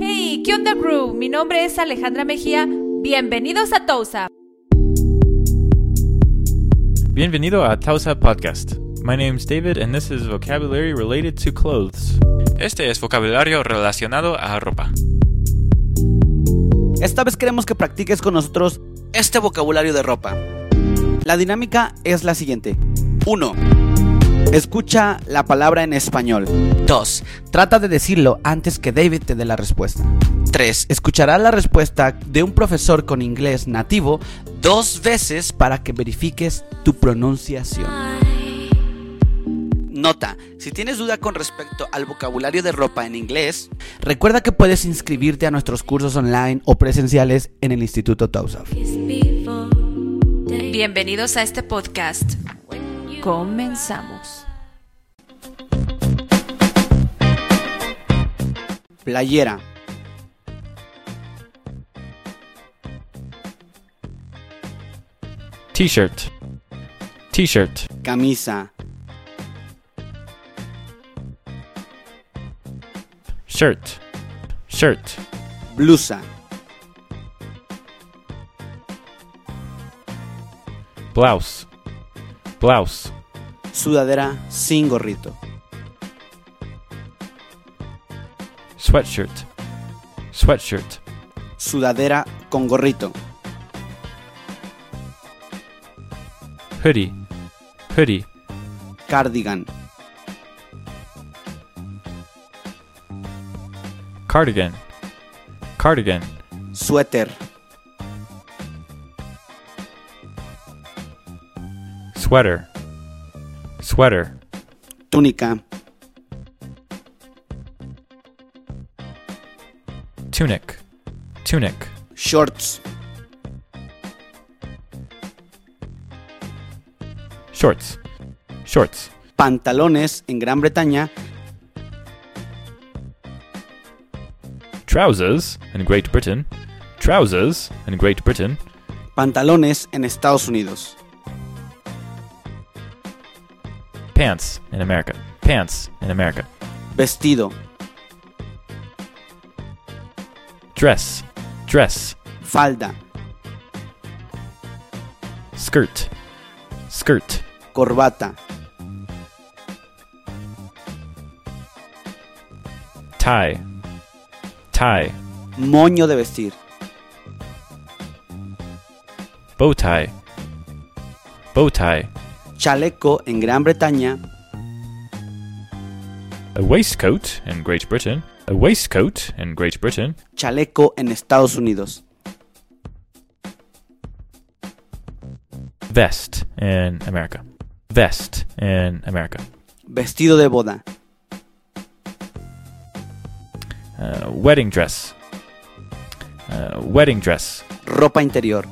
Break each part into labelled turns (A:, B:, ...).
A: Hey, ¿qué onda, crew? Mi nombre es Alejandra Mejía. Bienvenidos a Tousa.
B: Bienvenido a Tausa Podcast. My name's David and this is vocabulary related to clothes. Este es vocabulario relacionado a ropa.
C: Esta vez queremos que practiques con nosotros este vocabulario de ropa. La dinámica es la siguiente. 1. Escucha la palabra en español. 2. Trata de decirlo antes que David te dé la respuesta. 3. Escuchará la respuesta de un profesor con inglés nativo dos veces para que verifiques tu pronunciación. Nota, si tienes duda con respecto al vocabulario de ropa en inglés, recuerda que puedes inscribirte a nuestros cursos online o presenciales en el Instituto Tausaf.
A: Bienvenidos a este podcast. Comenzamos.
C: Playera.
B: T-shirt. T-shirt.
C: camisa,
B: Shirt. Shirt.
C: blusa,
B: Blouse. Blouse.
C: sudadera sin gorrito,
B: Sweatshirt. Sweatshirt.
C: sudadera con gorrito,
B: Hoodie. Hoodie.
C: cardigan,
B: Cardigan. Cardigan.
C: suéter,
B: Sweater. Sweater.
C: túnica,
B: Tunic. Tunic.
C: shorts,
B: Shorts. Shorts.
C: pantalones en Gran Bretaña,
B: Trousers in Great Britain. Trousers in Great Britain.
C: pantalones en Estados Unidos,
B: Pants in America. Pants in America.
C: vestido,
B: Dress. Dress.
C: falda,
B: Skirt. Skirt.
C: corbata,
B: Tie. Tie.
C: moño de vestir,
B: Bow tie. Bow tie.
C: chaleco en Gran Bretaña,
B: A waistcoat in Great Britain. A waistcoat in Great Britain.
C: chaleco en Estados Unidos,
B: Vest in America. Vest in America.
C: vestido de boda,
B: Uh, wedding dress. Uh, wedding dress.
C: ropa interior,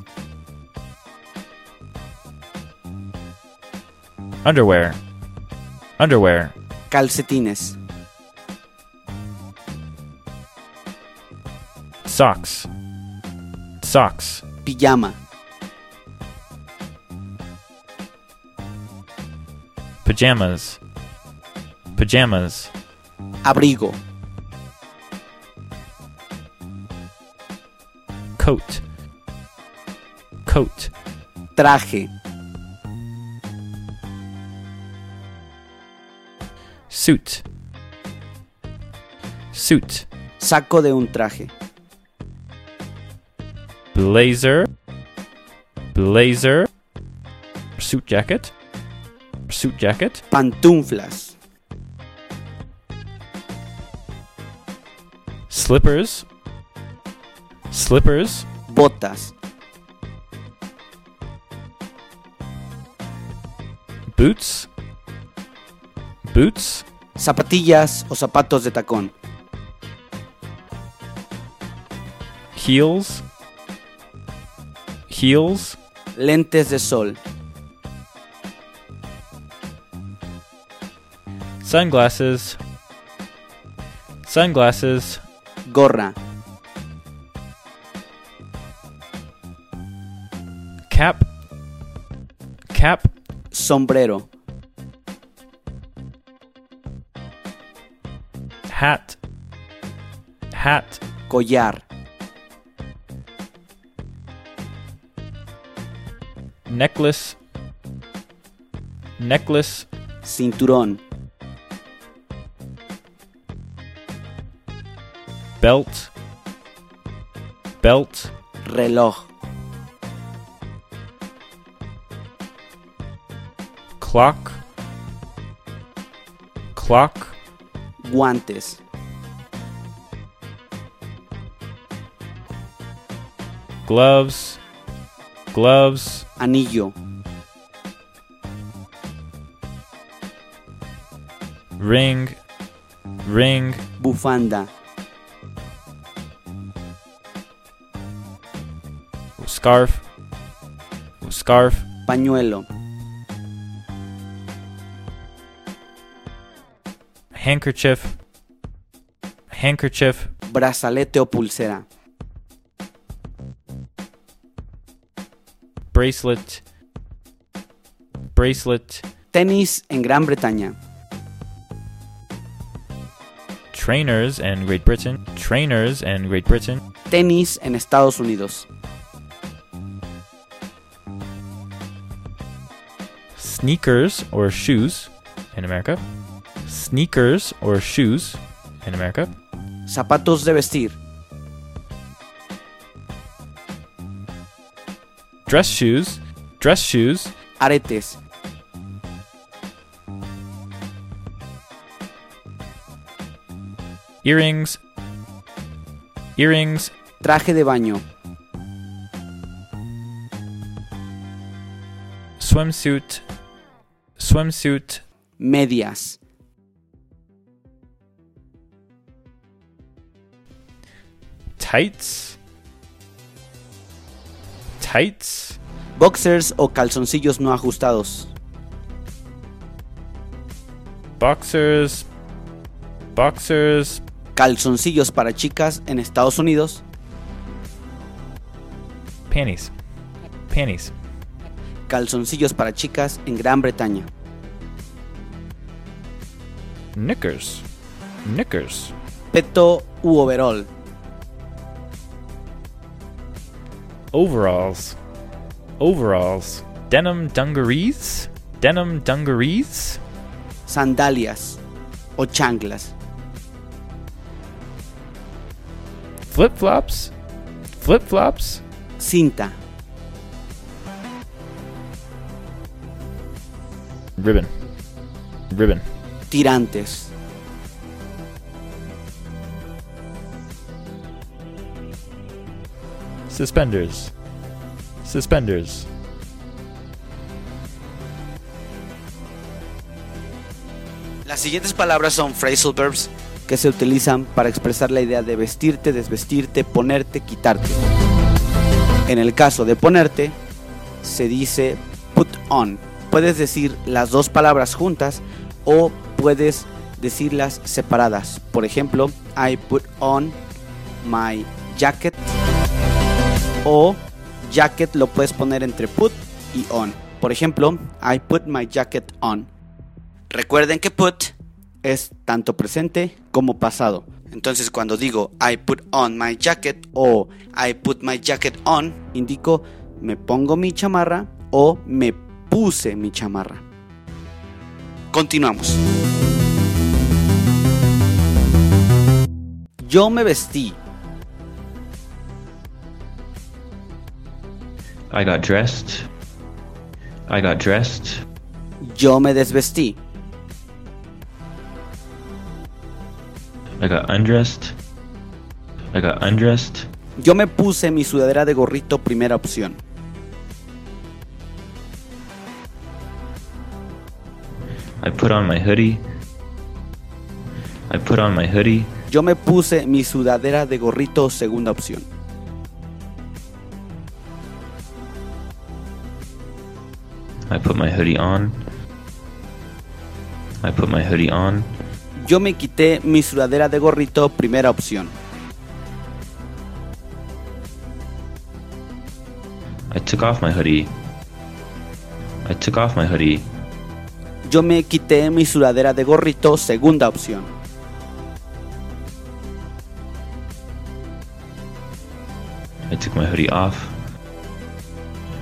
B: Underwear. Underwear.
C: calcetines,
B: Socks. Socks.
C: pijama,
B: Pajamas. Pajamas.
C: abrigo,
B: Coat. Coat.
C: traje,
B: Suit. Suit.
C: saco de un traje,
B: Blazer. Blazer. Suit jacket. Suit jacket.
C: pantuflas,
B: Slippers. Slippers.
C: botas,
B: Boots. Boots.
C: zapatillas o zapatos de tacón,
B: Heels. Heels.
C: lentes de sol,
B: Sunglasses. Sunglasses.
C: gorra,
B: Cap. Cap.
C: sombrero,
B: Hat. Hat.
C: collar,
B: necklace, necklace,
C: cinturón,
B: belt, belt,
C: reloj,
B: clock, clock,
C: guantes,
B: gloves, gloves,
C: anillo,
B: ring, ring,
C: bufanda,
B: scarf, scarf,
C: pañuelo,
B: handkerchief, handkerchief,
C: brazalete o pulsera,
B: bracelet, bracelet,
C: tenis en Gran Bretaña,
B: trainers and Great Britain, trainers and Great Britain,
C: tenis en Estados Unidos,
B: sneakers or shoes in America, sneakers or shoes in America,
C: zapatos de vestir,
B: dress shoes, dress shoes,
C: aretes,
B: earrings, earrings,
C: traje de baño,
B: swimsuit, swimsuit,
C: medias,
B: tights, tights,
C: boxers o calzoncillos no ajustados,
B: boxers, boxers,
C: calzoncillos para chicas en Estados Unidos,
B: panties, panties,
C: calzoncillos para chicas en Gran Bretaña,
B: knickers, knickers,
C: peto u overall,
B: overalls, overalls, denim dungarees, denim dungarees,
C: sandalias o chanclas,
B: flip flops, flip flops,
C: cinta,
B: ribbon, ribbon,
C: tirantes,
B: suspenders, suspenders,
C: Las siguientes palabras son phrasal verbs que se utilizan para expresar la idea de vestirte, desvestirte, ponerte, quitarte. En el caso de ponerte, se dice put on. Puedes decir las dos palabras juntas o puedes decirlas separadas. Por ejemplo, I put on my jacket o jacket lo puedes poner entre put y on. Por ejemplo, I put my jacket on. Recuerden que put es tanto presente como pasado. Entonces cuando digo I put on my jacket o I put my jacket on, indico me pongo mi chamarra o me puse mi chamarra. Continuamos. Yo me vestí.
D: I got dressed. I got dressed.
C: Yo me desvestí.
D: I got undressed. I got undressed.
C: Yo me puse mi sudadera de gorrito primera opción.
D: I put on my hoodie. I put on my hoodie.
C: Yo me puse mi sudadera de gorrito segunda opción.
D: I put my hoodie on. I put my hoodie on.
C: Yo me quité mi sudadera de gorrito primera opción.
D: I took off my hoodie. I took off my hoodie.
C: Yo me quité mi sudadera de gorrito segunda opción.
D: I took my hoodie off.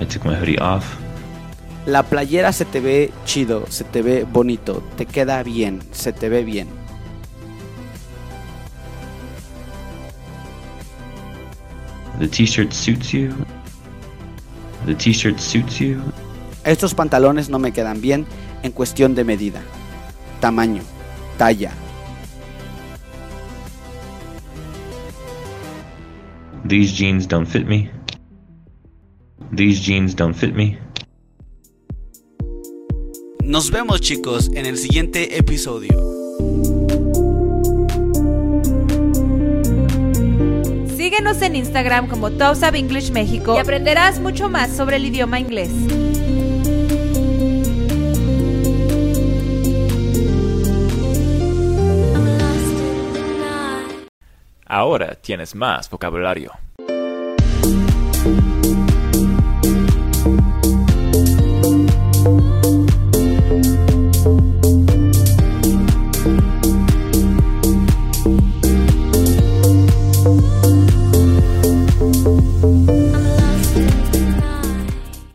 D: I took my hoodie off.
C: La playera se te ve chido, se te ve bonito, te queda bien, se te ve bien.
D: The t-shirt suits you. The t-shirt suits you.
C: Estos pantalones no me quedan bien en cuestión de medida, tamaño, talla.
D: These jeans don't fit me. These jeans don't fit me.
C: Nos vemos chicos en el siguiente episodio.
A: Síguenos en Instagram como Toasab English México y aprenderás mucho más sobre el idioma inglés.
B: Ahora tienes más vocabulario.